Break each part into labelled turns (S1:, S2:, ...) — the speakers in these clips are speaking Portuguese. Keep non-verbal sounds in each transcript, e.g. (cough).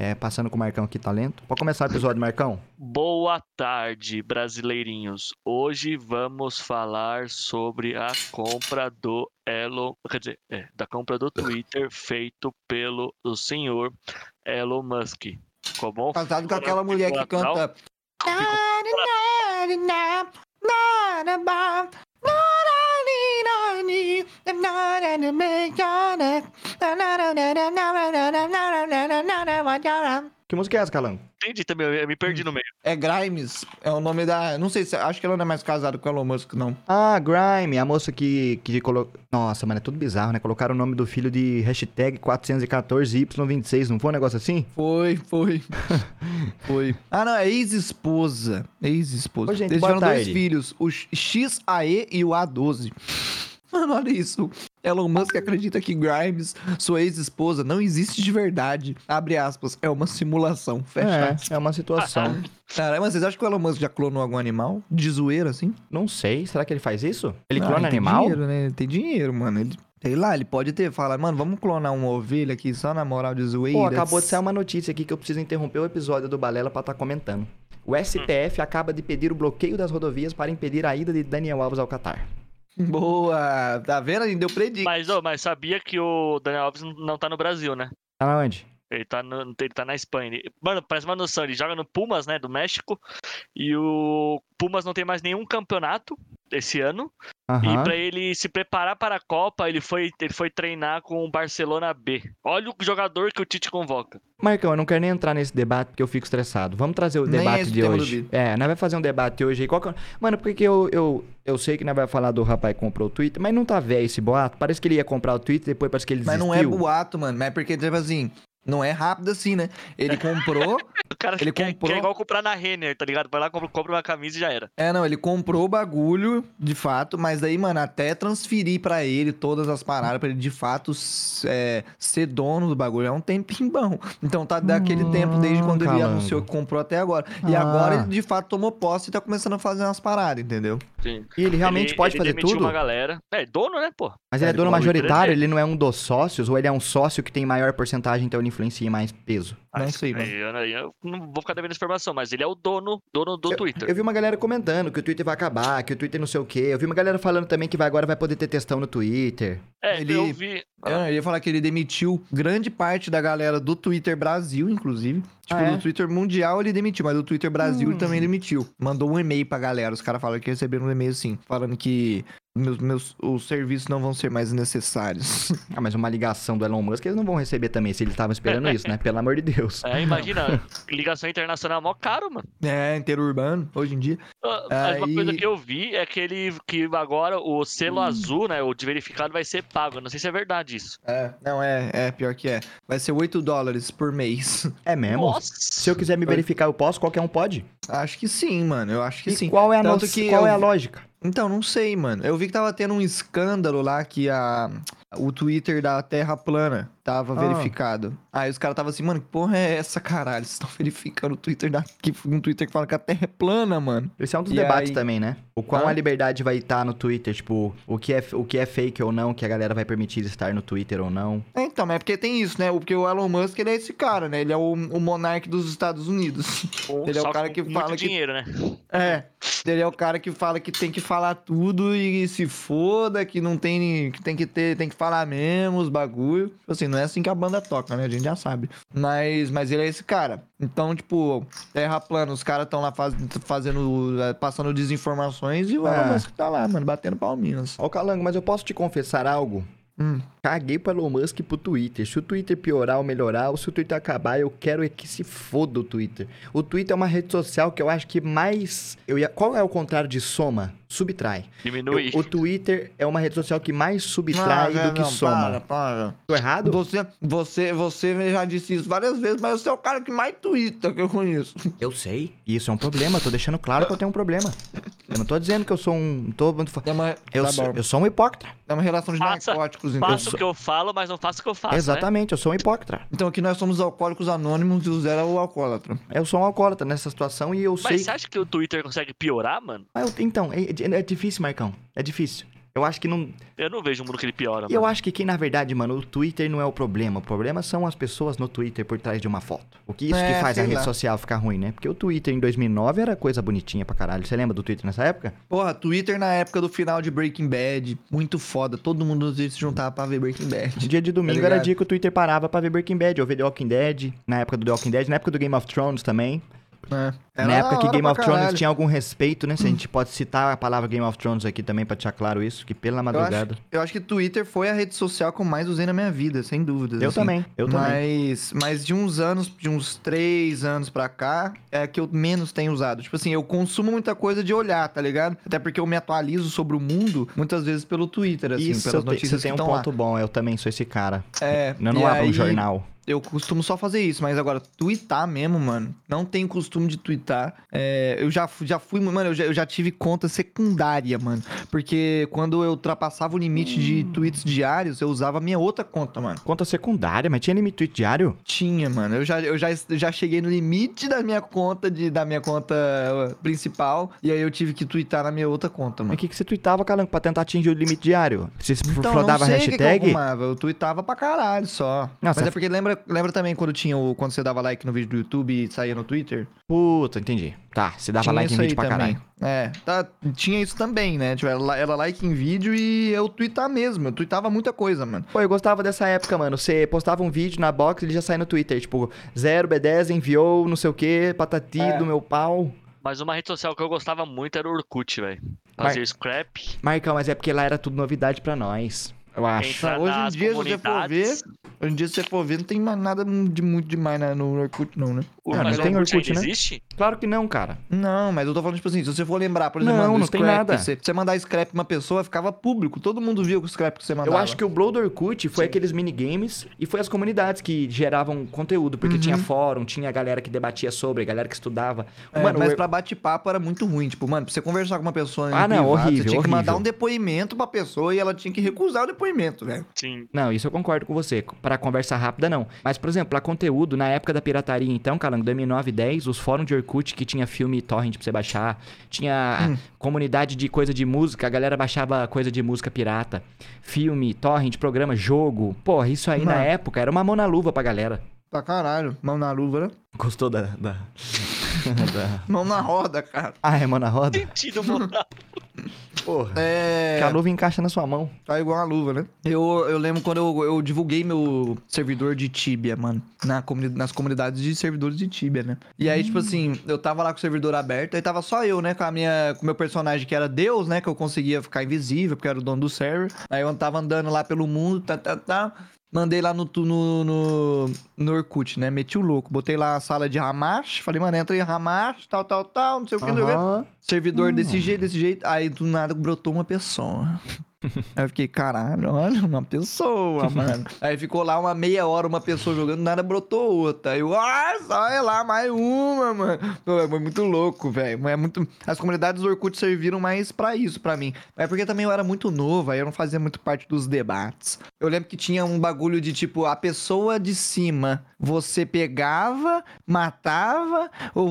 S1: é, passando com o Marcão aqui, talento. Pode começar o episódio, Marcão?
S2: Boa tarde, brasileirinhos. Hoje vamos falar sobre a compra do Elon, quer dizer, é, da compra do Twitter feito pelo o senhor Elon Musk. Como
S1: Casado com aquela mulher que
S2: Natal.
S1: canta. Que música é essa, Calango?
S2: entendi também, eu me perdi no meio.
S3: É Grimes, é o nome da. Não sei se. Acho que ela não é mais casada com o Elon Musk, não.
S1: Ah, Grime, a moça que, que colocou. Nossa, mano, é tudo bizarro, né? Colocaram o nome do filho de hashtag 414Y26, não foi um negócio assim?
S3: Foi, (laughs) foi. foi. Ah, não, é ex-esposa. Ex-esposa.
S1: Ô, gente,
S3: Eles
S1: boa
S3: tiveram dois
S1: tarde.
S3: filhos, o XAE e o A12. (laughs) Mano, olha isso. Elon Musk acredita que Grimes, sua ex-esposa, não existe de verdade. Abre aspas, é uma simulação. Fecha. aspas.
S1: É, é uma situação.
S3: Caralho, mas vocês acham que o Elon Musk já clonou algum animal? De zoeira, assim?
S1: não sei, será que ele faz isso? Ele
S3: Ah,
S1: clona
S3: tem
S1: animal?
S3: Dinheiro, né? Ele Tem dinheiro, mano. Ele, sei lá, ele pode ter falado, mano, vamos clonar uma ovelha aqui só na moral de zoeira.
S1: Pô, acabou de sair uma notícia aqui que eu preciso interromper o episódio do Balela pra estar comentando. O
S2: Hum.
S1: STF acaba de pedir o bloqueio das rodovias para impedir a ida de Daniel Alves ao Catar.
S3: (laughs) Boa! Tá vendo? Ainda eu predico.
S2: Mas, ô, mas sabia que o Daniel Alves não- não tá no Brasil, né?
S1: Tá onde?
S2: Ele tá, no- ele tá na Espanha. Ele- mano, parece uma noção. Ele joga no Pumas, né? Do México. E o Pumas não tem mais nenhum campeonato esse ano. E
S1: Aham.
S2: pra ele se preparar para a Copa, ele foi, ele foi treinar com o Barcelona B. Olha o jogador que o Tite convoca.
S1: Marcão, eu não quero nem entrar nesse debate porque eu fico estressado. Vamos trazer o
S3: Nem
S1: debate
S3: esse
S1: de
S3: tema do
S1: hoje.
S3: vídeo.
S1: É, nós vamos fazer um debate hoje aí. Qual que é o- Mano, porque que eu, eu, eu sei que nós vamos falar do rapaz que comprou o Twitter, mas não tá velho esse boato? Parece que ele ia comprar o Twitter, depois parece que ele
S3: Mas
S1: desistiu.
S3: não é boato, mano. Mas é porque, tipo assim, não é rápido assim, né? Ele comprou.
S2: O cara
S3: Ele
S2: quer,
S3: comprou?
S2: quer igual comprar na Renner, tá ligado? Vai lá, compra, compra uma camisa e já era.
S3: é, não, ele comprou o bagulho, de fato, mas daí, mano, até transferir pra ele todas as paradas, pra ele de fato s- é, ser dono do bagulho. É um tempinho bom. Então tá daquele
S1: Hum,
S3: tempo, desde quando ele
S1: calango.
S3: anunciou que comprou até agora. E
S1: Ah.
S3: agora ele de fato tomou posse e tá começando a fazer umas paradas, entendeu?
S1: E ele realmente
S2: Ele-
S1: pode
S2: ele
S1: fazer
S2: demitiu
S1: tudo?
S2: uma galera. É, dono, né, pô?
S1: Mas ele é
S3: Ele
S1: dono
S3: falou
S1: majoritário,
S2: três
S1: ele não é um dos sócios, ou ele é um sócio que tem maior porcentagem, então ele influencia em mais peso.
S3: Não sei, É mano.
S2: Aí eu, aí eu não vou ficar devendo essa informação, mas ele é o dono, dono do Twitter.
S1: Eu vi uma galera comentando que o Twitter vai acabar, que o Twitter não sei o quê. Eu vi uma galera falando também que vai, agora vai poder ter textão no Twitter.
S2: é,
S3: ele-
S2: eu vi.
S3: É, Eu ia falar que ele demitiu grande parte da galera do Twitter Brasil, inclusive. Tipo,
S1: Ah, é?
S3: do Twitter Mundial ele demitiu, mas do Twitter Brasil
S1: Hum.
S3: ele também demitiu. Mandou um e-mail pra galera. Os caras falaram que receberam um e-mail assim, falando que meus, meus, os serviços não vão ser mais necessários. (laughs)
S1: Ah, mas uma ligação do Elon Musk eles não vão receber também, se eles estavam esperando isso, né? Pelo amor de Deus.
S2: É,
S1: (laughs)
S2: imagina, ligação internacional é mó caro, mano.
S3: é, interurbano, hoje em dia.
S2: Ah, Mas uma coisa
S3: Aí-
S2: que eu vi é que ele que agora o
S1: Hum.
S2: selo azul, né? O de verificado vai ser pago. Não sei se é verdade isso.
S3: É, não, é, é, pior que é. Vai ser 8 dólares por mês. (laughs)
S1: É mesmo?
S2: Nossa!
S1: Se eu quiser me verificar, eu posso? Qualquer um pode?
S3: acho que sim, mano. Eu acho que
S1: e
S3: sim.
S1: qual é a,
S3: Tanto
S1: nossa,
S3: que
S1: qual
S3: eu
S1: é a
S3: vi-
S1: lógica?
S3: Então, não sei, mano. Eu vi que tava tendo um escândalo lá que a, o Twitter da Terra Plana tava
S1: Ah.
S3: verificado. Aí os caras tava assim, mano, que porra é essa, caralho? Vocês estão (laughs) verificando o Twitter da, que, um Twitter que fala que a Terra é plana, mano.
S1: Esse é um dos
S3: E
S1: debates
S3: aí-
S1: também, né? O qual
S3: Hã?
S1: a liberdade vai estar no Twitter, tipo, o que, é, o que é fake ou não, que a galera vai permitir estar no Twitter ou não.
S3: É, então, mas é porque tem isso, né? Porque o Elon Musk, ele é esse cara, né? Ele é o, o monarca dos Estados Unidos. (laughs) Ele é o
S2: Só
S3: cara
S2: com
S3: que
S2: muito
S3: fala que-
S2: dinheiro, né?
S3: É, ele é o cara que fala que tem que falar tudo e se foda, que não tem, que tem que ter, tem que falar mesmo os bagulho. Tipo Assim, não é assim que a banda toca, né? A gente já sabe. Mas, mas ele é esse cara. Então, tipo, terra plana, os caras estão lá faz- fazendo, é, passando desinformações e o
S1: Ah.
S3: Elon Musk tá lá, mano, batendo palminhas.
S1: Ó, o Calango, mas eu posso te confessar algo?
S3: Hum.
S1: Caguei pro Elon Musk e pro Twitter. Se o Twitter piorar ou melhorar, ou se o Twitter acabar, eu quero é que se foda o Twitter. O Twitter é uma rede social que eu acho que mais. Eu ia... Qual é o contrário de soma? Subtrai.
S2: Diminui.
S1: Eu- o Twitter é uma rede social que mais subtrai
S3: Ah,
S1: do que
S3: não, Para,
S1: soma.
S3: para.
S1: Tô errado?
S3: Você, você, você já disse isso várias vezes, mas você é o cara que mais twitta que eu conheço.
S1: Eu sei. E isso é um problema. Tô deixando claro que eu tenho um problema. Eu não tô dizendo que eu sou um. Tô...
S3: É uma,
S1: Eu,
S3: tá
S1: sou,
S3: bom.
S1: eu sou um hipócrita.
S3: É uma relação de
S2: Passa-
S3: narcóticos, então.
S2: Faço o que eu falo, mas não faço o que eu faço. Né?
S1: Exatamente, eu sou um hipócrita.
S3: Então aqui nós somos alcoólicos anônimos e o Zé é o alcoólatra.
S1: Eu sou um alcoólatra nessa situação e eu
S2: né? Mas
S1: sei. Ah,
S2: você acha que o Twitter consegue piorar, mano?
S1: Mas eu- então, é, é- é difícil, Marcão. É difícil. Eu acho que não.
S2: Eu não vejo um mundo que ele piora,
S3: Tá
S1: Eu
S2: mano.
S1: acho que quem, na verdade, mano, o Twitter não é o problema. O problema são as pessoas no Twitter por trás de uma foto. O que isso
S3: É,
S1: que faz a
S3: sei
S1: rede
S3: lá.
S1: social ficar ruim, né? Porque o Twitter em 2009 era coisa bonitinha pra caralho. Você lembra do Twitter nessa época?
S3: Porra, Twitter na época do final de Breaking Bad, muito foda. Todo mundo no Twitter se juntava pra ver
S1: (laughs)
S3: Breaking Bad.
S1: Dia de domingo
S3: Tá
S1: era
S3: ligado?
S1: dia que o Twitter parava pra ver Breaking Bad, ou ver The Walking Dead, na época do The Walking Dead, na época do Game of Thrones também.
S3: É. Era
S1: na época
S3: da
S1: que
S3: hora
S1: Game
S3: pra
S1: of Thrones
S3: caralho.
S1: tinha algum respeito, né? Se a gente
S3: (clears throat)
S1: pode citar a palavra Game of Thrones aqui também pra deixar claro isso, que pela
S3: Eu acho-
S1: madrugada.
S3: Eu acho que Twitter foi a rede social que eu mais usei na minha vida, sem dúvidas.
S1: Eu,
S3: assim.
S1: também, eu também.
S3: mas, mas de uns anos, de uns três anos pra cá, é que eu menos tenho usado. Tipo assim, eu consumo muita coisa de olhar, tá ligado? Até porque eu me atualizo sobre o mundo muitas vezes pelo Twitter, assim,
S1: isso,
S3: pelas
S1: eu te- você
S3: notícias que
S1: tem um
S3: estão
S1: ponto
S3: lá.
S1: bom, eu também sou esse cara.
S3: É,
S1: Eu não
S3: e
S1: abro um
S3: aí,
S1: jornal.
S3: Eu costumo só fazer isso, mas agora, tweetar mesmo, mano. Não tenho costume de tweetar. É, eu já, fu- já fui, mano, eu já, eu já tive conta secundária, mano. Porque quando eu ultrapassava o limite de
S1: Hum.
S3: tweets diários, eu usava a minha outra conta, mano.
S1: Conta secundária, mas tinha limite tweet diário?
S3: Hum. Tinha, mano. Eu já, eu já, já cheguei no limite da minha conta, de, da minha conta uh, principal. E aí eu tive que twittar na minha outra conta,
S1: Mas
S3: mano.
S1: o que, que você tweetava, calango, pra tentar atingir o limite diário? Você
S3: Então,
S1: tipo, flodava
S3: não sei o que que eu
S1: hashtag?
S3: arrumava. Eu tweetava pra caralho só.
S1: Não,
S3: Mas
S1: você-
S3: é porque lembra, lembra também quando tinha o, quando você dava like no vídeo do YouTube e saía no Twitter?
S1: Puta, entendi. Tá, você dava
S3: tinha
S1: like em
S3: isso aí
S1: vídeo pra
S3: também.
S1: caralho.
S3: É, tá, tinha isso também, né? Tipo, era, era like em vídeo e eu tweetar mesmo. Eu tweetava muita coisa, mano.
S1: Pô, eu gostava dessa época, mano. Você postava um vídeo na box, ele já saía no Twitter. Tipo, 0B10 enviou, não sei o quê, patati
S3: É.
S1: do meu pau.
S2: Mas uma rede social que eu gostava muito era o Orkut, velho.
S1: Mas-
S2: Fazer scrap,
S1: Marcão, mas é porque lá era tudo novidade pra nós.
S3: Então-
S1: Eu acho.
S2: entrar
S3: hoje em
S2: nas
S3: dia, se você for ver,
S2: comunidades.
S3: Hoje em dia, se você for ver, não tem mais nada de muito demais na- no Orkut, não, né?
S2: O-
S1: Ah,
S2: mas
S1: não
S2: o
S1: tem
S2: Orkut
S1: Orkut,
S2: ainda
S1: né?
S2: existe?
S1: Claro que não, cara.
S3: Não, mas eu tô falando, tipo assim, se você for lembrar, por exemplo,
S1: Não,
S3: mano,
S1: não
S3: o
S1: tem
S3: scrap,
S1: nada.
S3: Você, você mandar scrap pra uma pessoa, ficava público, todo mundo via o scrap que você mandava.
S1: Eu acho que o Blow do Orkut foi aqueles minigames e foi as comunidades que geravam conteúdo, porque tinha fórum, tinha a galera que debatia sobre, a galera que estudava.
S3: Uhum. É,
S1: mano,
S3: mas
S1: o-
S3: pra bate-papo era muito ruim. Tipo, mano, pra você conversar com uma pessoa em
S1: Ah, não,
S3: privado,
S1: horrível,
S3: você tinha que mandar
S1: horrível.
S3: um depoimento pra pessoa e ela tinha que recusar o depoimento, velho.
S2: Sim.
S1: Não, isso eu concordo com você. Pra conversa rápida, não. Mas, por exemplo, pra conteúdo, na época da pirataria, então, Calango, 2009, 10, os fóruns de Orkut que tinha filme e torrent pra você baixar, tinha
S3: Hum.
S1: comunidade de coisa de música, a galera baixava coisa de música pirata, filme, torrent, programa, jogo. Porra, isso aí na
S3: Mano.
S1: época era uma mão na luva pra galera.
S3: Pra caralho. Mão na luva, né?
S1: Gostou da. da... (laughs) da-
S3: Mão na roda, cara.
S1: Ah, é mão na roda?
S2: Sentido mudar.
S1: Porra.
S3: É.
S1: Que a luva encaixa na sua mão.
S3: Tá igual uma luva, né? Eu, eu lembro quando eu, eu divulguei meu servidor de Tibia, mano. Na comuni nas comunidades de servidores de Tibia, né? E aí, tipo assim, eu tava lá com o servidor aberto, aí tava só eu, né? Com a minha. Com o meu personagem que era Deus, né? Que eu conseguia ficar invisível, porque eu era o dono do server. Aí eu tava andando lá pelo mundo, tá, tá, tá. Mandei lá no, tu- no, no, no Orkut, né? Meti o louco. Botei lá a sala de Hamash. Falei, mano, entra em Hamash, tal, tal, tal. Não sei o que, não sei o que.
S1: Aham.
S3: Servidor desse jeito, desse jeito. Aí do nada brotou uma pessoa. Aí eu fiquei, caralho, olha, uma pessoa, mano. Aí ficou lá uma meia hora, uma pessoa jogando, do nada brotou outra. Aí eu, ah, sai lá, mais uma, mano. Pô, Foi muito louco, velho. É muito... As comunidades do Orkut serviram mais pra isso, pra mim. É porque também eu era muito novo, aí eu não fazia muito parte dos debates. Eu lembro que tinha um bagulho de tipo, a pessoa de cima, você pegava, matava ou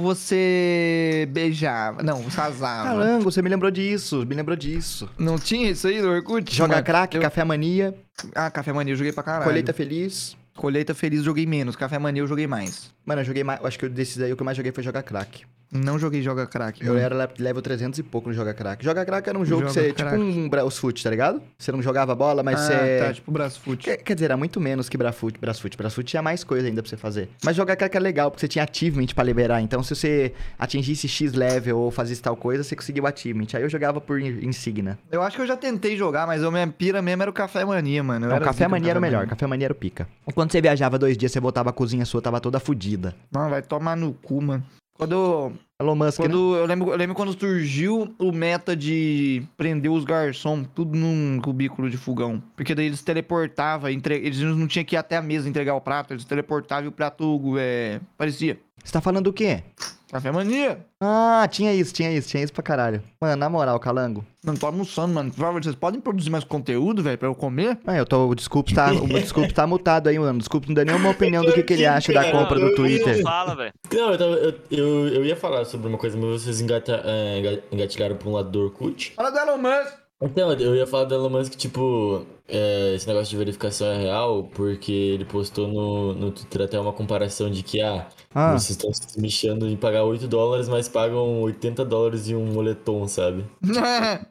S3: você beijava? Não, casava.
S1: Calango, você me lembrou disso, me lembrou disso.
S3: Não tinha isso aí no Orkut?
S1: Joga
S3: mano?
S1: crack, café mania,
S3: Ah, Café Mania eu joguei pra caralho.
S1: colheita feliz.
S3: Colheita Feliz eu joguei menos, Café Mania eu joguei mais.
S1: Mano, eu joguei mais. eu Acho que eu- desses aí o que eu mais joguei foi jogar crack.
S3: Não joguei Joga Crack.
S1: Eu
S3: mano.
S1: era le- level 300 e pouco no Joga Crack. Joga Crack era um jogo que
S3: Joga
S1: você. Tipo
S3: Crack.
S1: um Brasfoot, tá ligado? Você não jogava bola, mas
S3: Ah,
S1: você.
S3: tá, tipo Brasfoot.
S1: Quer, quer dizer, era muito menos que Brasfoot. Brasfoot. Brasfoot tinha mais coisa ainda pra você fazer. Mas jogar crack é legal, porque você tinha achievement pra liberar. Então, se você atingisse X level ou fazesse tal coisa, você conseguia o achievement. Aí eu jogava por in- insígnia.
S3: Eu acho que eu já tentei jogar, mas eu, minha pira mesmo era o Café Mania, mano. Eu
S1: Então,
S3: era
S1: café
S3: zica no
S1: mania era o melhor. Café mania era o pica. Quando você viajava dois dias, você botava a cozinha sua, tava toda fodida.
S3: Mano, vai tomar no cu, mano. Quando,
S1: Elon Musk, né?
S3: quando eu, lembro, eu lembro quando surgiu o meta de prender os garçom tudo num cubículo de fogão. Porque daí eles teleportavam, entre... eles não tinham que ir até a mesa entregar o prato, eles teleportavam e o prato é... parecia.
S1: Você tá falando do quê?
S3: Café Mania!
S1: Ah, tinha isso, tinha isso, tinha isso pra caralho. Mano, na moral, calango.
S3: Mano, tô almoçando, mano. Por favor, vocês podem produzir mais conteúdo, velho, pra eu comer?
S1: Ah, eu tô. O Desculpa tá, o Desculpa tá mutado aí, mano. Desculpa não dá nenhuma opinião do que, que ele acha da compra do Twitter.
S2: Não fala, velho.
S4: Não, eu, tava- eu, eu, eu ia falar sobre uma coisa, mas vocês engata, é, enga- engatilharam pra um lado do Orkut.
S3: Fala do Elon Musk!
S4: Então, eu ia falar do Elon Musk, tipo, é, esse negócio de verificação é real, porque ele postou no, no Twitter até uma comparação de que, ah,
S1: Ah,
S4: vocês estão se mexendo de pagar 8 dólares, mas pagam 80 dólares em um moletom, sabe?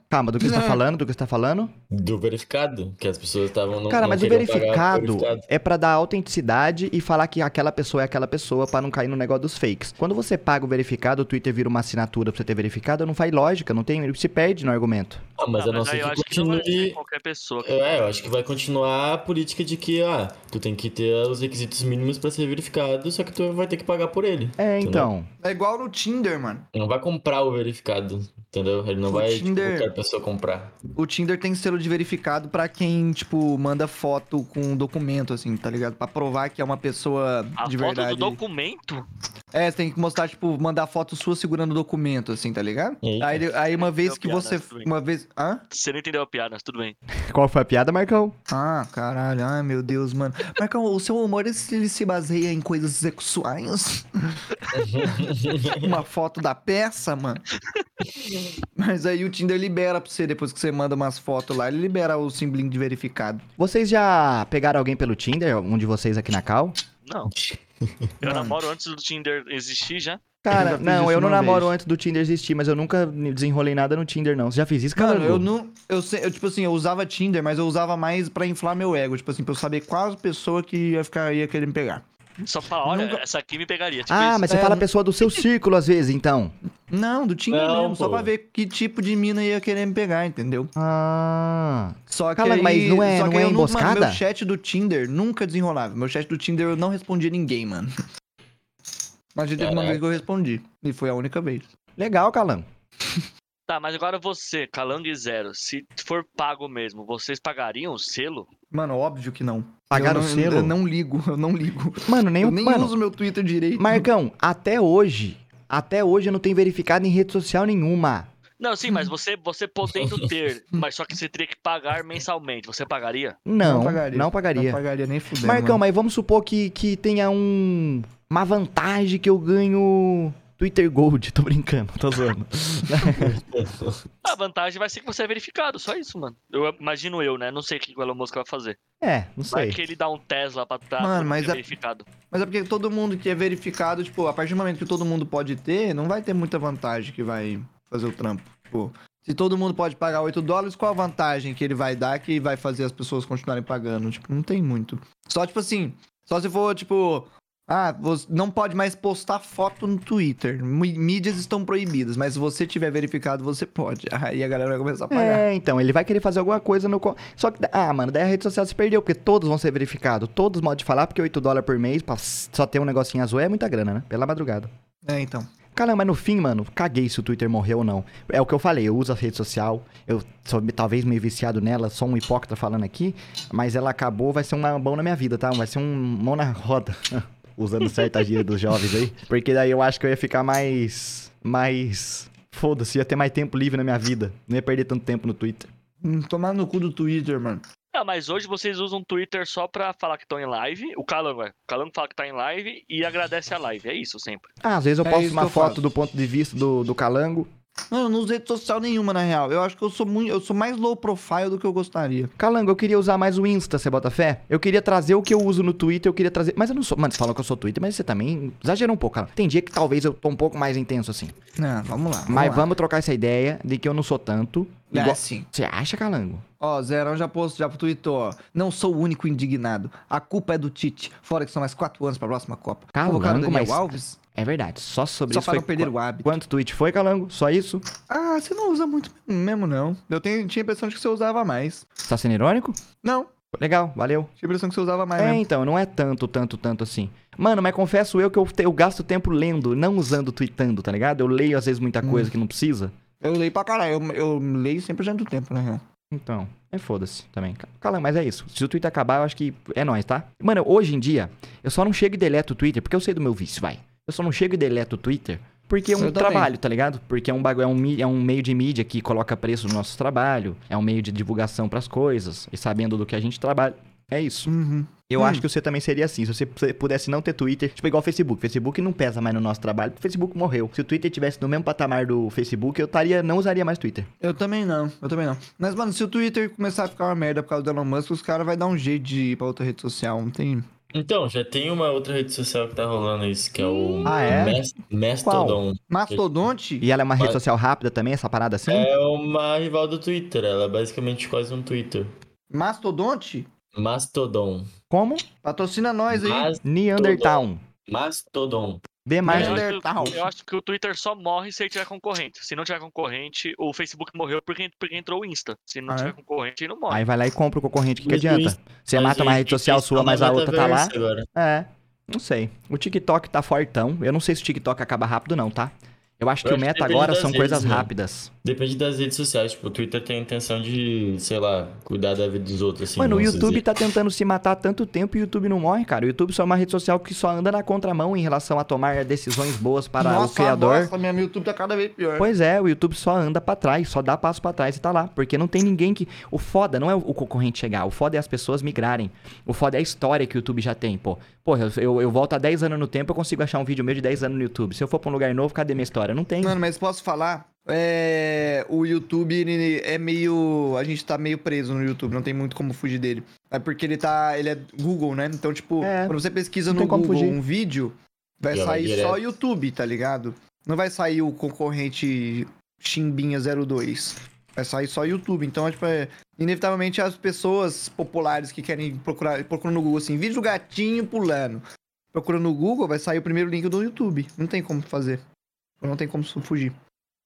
S1: calma, do que você tá falando? Do que você tá falando?
S4: Do verificado, que as pessoas estavam não
S1: Cara,
S4: não
S1: mas o
S4: queriam pagar
S1: verificado é pra dar autenticidade e falar que aquela pessoa é aquela pessoa pra não cair no negócio dos fakes. Quando você paga o verificado, o Twitter vira uma assinatura pra você ter verificado, não faz lógica, não tem, se perde no argumento.
S4: Ah, mas
S2: Ah,
S4: a não ser
S2: aí eu
S4: que
S2: acho que não vai ser
S4: continue...
S2: qualquer pessoa. que-
S4: É, eu acho que vai continuar a política de que, ah, tu tem que ter os requisitos mínimos pra ser verificado, só que tu vai ter que pagar por ele.
S1: É,
S4: Entendeu?
S1: então.
S3: (laughs) É igual no Tinder, mano.
S4: Não vai comprar o verificado, entendeu? Ele não
S3: O
S4: vai tipo,
S3: Tinder-
S4: botar a pessoa comprar.
S3: O Tinder tem selo de verificado pra quem, tipo, manda foto com um documento, assim, tá ligado? Pra provar que é uma pessoa
S2: A
S3: de
S2: foto do
S3: verdade.
S2: documento?
S3: É, você tem que mostrar, tipo, mandar foto sua segurando o documento, assim, tá ligado?
S4: Eita.
S3: Aí, ele- aí uma vez que
S2: piada,
S3: você.
S2: tudo bem.
S3: Uma vez. Hã?
S2: Você não entendeu a piada, mas tudo bem.
S1: Qual foi a piada, Marcão?
S3: Ah, caralho. Ai, meu Deus, mano. Marcão, o seu humor ele se baseia em coisas
S4: (laughs)
S3: sexuais? Uma foto da peça, mano. Mas aí o Tinder libera pra você, depois que você manda umas fotos lá, ele libera o simbolinho de verificado.
S1: Vocês já pegaram alguém pelo Tinder? Um de vocês aqui na Cal?
S2: Não. Eu
S3: Mano.
S2: namoro antes do Tinder existir já.
S1: Cara,
S3: Eu já fiz
S1: não,
S3: isso
S1: eu não
S3: uma
S1: namoro
S3: vez.
S1: antes do Tinder existir, mas eu nunca desenrolei nada no Tinder, não. Você já fez isso, cara?
S3: Cara, eu não. Eu, sei- eu, tipo assim, eu usava Tinder, mas eu usava mais pra inflar meu ego. Tipo assim, pra eu saber qual pessoa que ia ficar ia querer me pegar.
S2: Só pra olha,
S3: Nunca-
S2: essa aqui me pegaria. Tipo
S1: Ah,
S2: isso.
S1: mas você
S3: É,
S1: fala a
S3: não-
S1: pessoa do seu círculo às vezes, então.
S3: Não, do Tinder
S4: Não,
S3: mesmo, só
S4: pô.
S3: pra ver que tipo de mina ia querer me pegar, entendeu?
S1: Ah.
S3: Só que
S1: Cala,
S3: aí,
S1: mas não é-
S3: só
S1: não
S3: que
S1: é
S3: eu mano,
S1: emboscada?
S3: meu chat do Tinder nunca desenrolava. Meu chat do Tinder eu não respondia ninguém, mano. Mas já teve uma
S4: Caraca.
S3: vez que eu respondi. E foi a única vez.
S1: Legal, Calan.
S2: Tá, mas agora você, Calang Zero, se for pago mesmo, vocês pagariam o selo?
S3: Mano, óbvio que não.
S1: Pagaram
S3: eu
S1: o
S3: não,
S1: selo?
S3: Eu não ligo, (laughs) eu não ligo.
S1: Mano, nem
S3: eu
S1: o
S3: nem
S1: mano,
S3: uso meu Twitter direito.
S1: Marcão, até hoje, até hoje eu não tenho verificado em rede social nenhuma.
S2: Não, sim,
S3: Hum.
S2: mas você, você
S3: (laughs)
S2: podendo ter, mas só que você teria que pagar mensalmente. Você pagaria?
S1: Não, não pagaria.
S3: pagaria. Não pagaria nem fudendo.
S1: Marcão,
S3: mano.
S1: mas vamos supor que, que tenha um uma vantagem que eu ganho Twitter Gold, (laughs) tô brincando, tô zoando.
S2: A vantagem vai ser que você é verificado, só isso, mano. Eu imagino eu, né? Não sei o que o Elon Musk vai fazer.
S1: É, não
S2: Vai
S1: sei.
S2: que ele dá um Tesla pra estar
S3: Mano, mas a-
S2: verificado.
S3: Mas é porque todo mundo que é verificado, tipo, a partir do momento que todo mundo pode ter, não vai ter muita vantagem que vai fazer o trampo. Tipo, se todo mundo pode pagar 8 dólares, qual a vantagem que ele vai dar que vai fazer as pessoas continuarem pagando? Tipo, não tem muito. Só, tipo assim, só se for, tipo, ah, você não pode mais postar foto no Twitter. Mí- Mídias estão proibidas, mas se você tiver verificado, você pode. (laughs) Aí a galera vai começar a pagar.
S1: É, então, ele vai querer fazer alguma coisa no. co- Só que, ah, mano, daí a rede social se perdeu, porque todos vão ser verificados. Todos modos de falar, porque 8 dólares por mês, pra s- só ter um negocinho azul, é muita grana, né? Pela madrugada.
S3: É, então.
S1: Caramba, mas no fim, mano, caguei se o Twitter morreu ou não. É o que eu falei, eu uso a rede social, eu sou me- talvez meio viciado nela, só um hipócrita falando aqui, mas ela acabou, vai ser uma mão na minha vida, tá? Vai ser um mão na roda, (laughs) usando certa gíria dos jovens aí, porque daí eu acho que eu ia ficar mais, mais, foda-se, ia ter mais tempo livre na minha vida, não ia perder tanto tempo no Twitter.
S3: Hum, Tomar no cu do Twitter, mano.
S2: Não, mas hoje vocês usam o Twitter só pra falar que estão em live. O Calango, é. O Calango fala que tá em live e agradece a live. É isso sempre.
S1: Ah, às vezes eu
S3: É
S1: posto
S3: isso
S1: uma
S3: que eu
S1: foto
S3: faço.
S1: do ponto de vista do, do calango.
S3: Mano, eu não usei rede social nenhuma, na real. Eu acho que eu sou muito. Eu sou mais low profile do que eu gostaria.
S1: Calango, eu queria usar mais o Insta, você bota fé? Eu queria trazer o que eu uso no Twitter, eu queria trazer. Mas eu não sou. Mano, você falou que eu sou Twitter, mas você também exagerou um pouco, cara. Tem dia que talvez eu tô um pouco mais intenso assim.
S3: Não, vamos lá.
S1: mas
S3: lá.
S1: vamos trocar essa ideia de que eu não sou tanto.
S3: É
S1: Igual-
S3: assim.
S1: Você acha, Calango?
S3: Ó, Zerão já postou, já tweetou, ó. Não sou o único indignado. A culpa é do Tite. Fora que são mais quatro anos pra próxima Copa.
S1: Calango,
S3: Convocaram o Daniel
S1: mas-
S3: Alves?
S1: É verdade. Só sobre
S3: Só
S1: isso.
S3: pra
S1: foi
S3: não perder
S1: qu-
S3: o hábito.
S1: Quanto tweet foi, Calango? Só isso?
S3: Ah, você não usa muito mesmo, não. Eu tenho, tinha a impressão de que você usava mais.
S1: Você tá sendo irônico?
S3: Não,
S1: Legal, valeu.
S3: tinha a impressão que você usava mais
S1: É,
S3: mesmo.
S1: então, não é tanto, tanto, tanto assim. Mano, mas confesso eu que eu, te- eu gasto tempo lendo, não usando, tweetando, tá ligado? Eu leio às vezes muita
S3: Hum.
S1: coisa que não precisa.
S3: Eu leio pra caralho. Eu, eu leio 100% do tempo, na real.
S1: Então, é foda-se também. Ca- Cala, mas é isso. Se o Twitter acabar, eu acho que é nóis, tá? Mano, hoje em dia, eu só não chego e deleto o Twitter, porque eu sei do meu vício, vai. Eu só não chego e deleto o Twitter porque é um
S3: Eu também.
S1: trabalho, tá ligado? Porque é um bagulho, é um, mi- é um meio de mídia que coloca preço no nosso trabalho, é um meio de divulgação pras coisas, e sabendo do que a gente trabalha. É isso.
S3: Uhum.
S1: Eu
S3: Hum.
S1: acho que você também seria assim. Se você p- pudesse não ter Twitter, tipo igual o Facebook. Facebook não pesa mais no nosso trabalho, porque o Facebook morreu. Se o Twitter tivesse no mesmo patamar do Facebook, eu taria, não usaria mais Twitter.
S3: Eu também não, eu também não. Mas, mano, se o Twitter começar a ficar uma merda por causa do Elon Musk, os caras vão dar um jeito de ir pra outra rede social. Não tem.
S4: Então, já tem uma outra rede social que tá rolando isso, que é o
S1: Ah, é?
S4: Mas- Mastodon.
S3: Mastodonte?
S1: E ela é uma rede
S4: Mas-
S1: social rápida também, essa parada assim?
S4: É uma rival do Twitter, ela é basicamente quase um Twitter.
S3: Mastodonte?
S4: Mastodon.
S1: Como?
S3: Patrocina nós aí.
S4: Mas,
S1: Neandertown.
S4: Mastodon.
S1: Demais.
S2: É, Eu acho-
S3: Neandertal.
S2: Eu acho que o Twitter só morre se ele tiver concorrente. Se não tiver concorrente, o Facebook morreu porque, porque entrou o Insta. Se não
S3: Ah, é?
S2: tiver concorrente, ele não morre.
S1: Aí vai lá e compra o concorrente, o que, que
S4: Mas o
S1: adianta?
S4: Insta- um
S1: Você mata uma rede social sua, mas a outra tá lá.
S4: Agora.
S1: É, não sei. O TikTok tá fortão. Eu não sei se o TikTok acaba rápido, não, tá? Eu acho
S4: Eu
S1: que o
S4: acho que
S1: meta
S4: depende
S1: agora
S4: das
S1: são
S4: redes,
S1: coisas
S4: né?
S1: rápidas.
S4: Depende das redes sociais, tipo, o Twitter tem a intenção de, sei lá, cuidar da vida dos outros, assim.
S1: Mano, o
S4: vamos
S1: YouTube
S4: dizer.
S1: tá tentando se matar há tanto tempo e o YouTube não morre, cara. O YouTube só é uma rede social que só anda na contramão em relação a tomar decisões boas para
S3: nossa,
S1: o criador.
S3: Nossa, minha YouTube tá cada vez pior.
S1: Pois é, o YouTube só anda pra trás, só dá passo pra trás e tá lá. Porque não tem ninguém que. O foda não é o concorrente chegar, o foda é as pessoas migrarem. O foda é a história que o YouTube já tem, pô. Porra, eu, eu, eu volto há 10 anos no tempo, eu consigo achar um vídeo meu de 10 anos no YouTube. Se eu for pra um lugar novo, cadê minha história? Não tem.
S3: Mano, mas posso falar? É, o YouTube ele é meio. A gente tá meio preso no YouTube, não tem muito como fugir dele. É porque ele tá. Ele é Google, né? Então, tipo,
S1: É,
S3: quando você pesquisa
S1: não
S3: no
S1: tem como
S3: Google
S1: fugir.
S3: um vídeo, vai
S4: Já vai
S3: sair
S4: direto.
S3: só YouTube, tá ligado? Não vai sair o concorrente Chimbinha02. Vai sair só YouTube. Então, tipo, é, inevitavelmente as pessoas populares que querem procurar, procuram no Google assim, vídeo do gatinho pulando. Procurando no Google, vai sair o primeiro link do YouTube. Não tem como fazer. Não tem como su- fugir.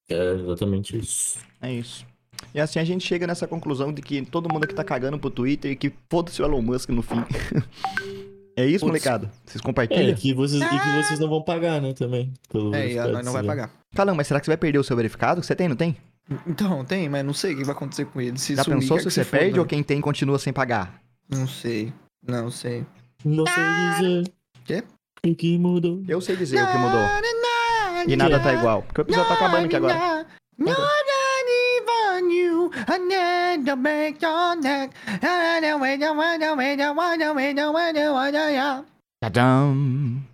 S4: É exatamente isso.
S1: É isso. E assim a gente chega nessa conclusão de que todo mundo aqui tá cagando pro Twitter e que foda-se o Elon Musk no fim. (laughs) é isso,
S3: Putz.
S1: molecada? Vocês
S4: É,
S1: compartilham?
S4: e que vocês, e que vocês não vão pagar, né, também. Pelo
S3: Ah! É, e a
S4: verificado,
S3: nós não vai
S4: assim.
S3: pagar.
S1: Calão, Tá, mas será que você vai perder o seu verificado? Você tem, não tem?
S3: Então, tem, mas não sei o que vai acontecer com ele. Se
S1: Já
S3: sumir,
S1: pensou
S3: quer
S1: se
S3: que
S1: você
S3: foda.
S1: perde ou quem tem continua sem pagar?
S3: Não sei. Não sei.
S4: Não sei dizer.
S3: Ah! Quê?
S4: O que mudou?
S1: Eu sei dizer o que mudou. E nada tá igual. Porque o episódio tá acabando aqui
S3: é
S1: agora.
S3: Not even you, I need to make your neck. I don't wanna, wanna, wanna, wanna, wanna, wanna, wanna, wanna.
S1: Tadam.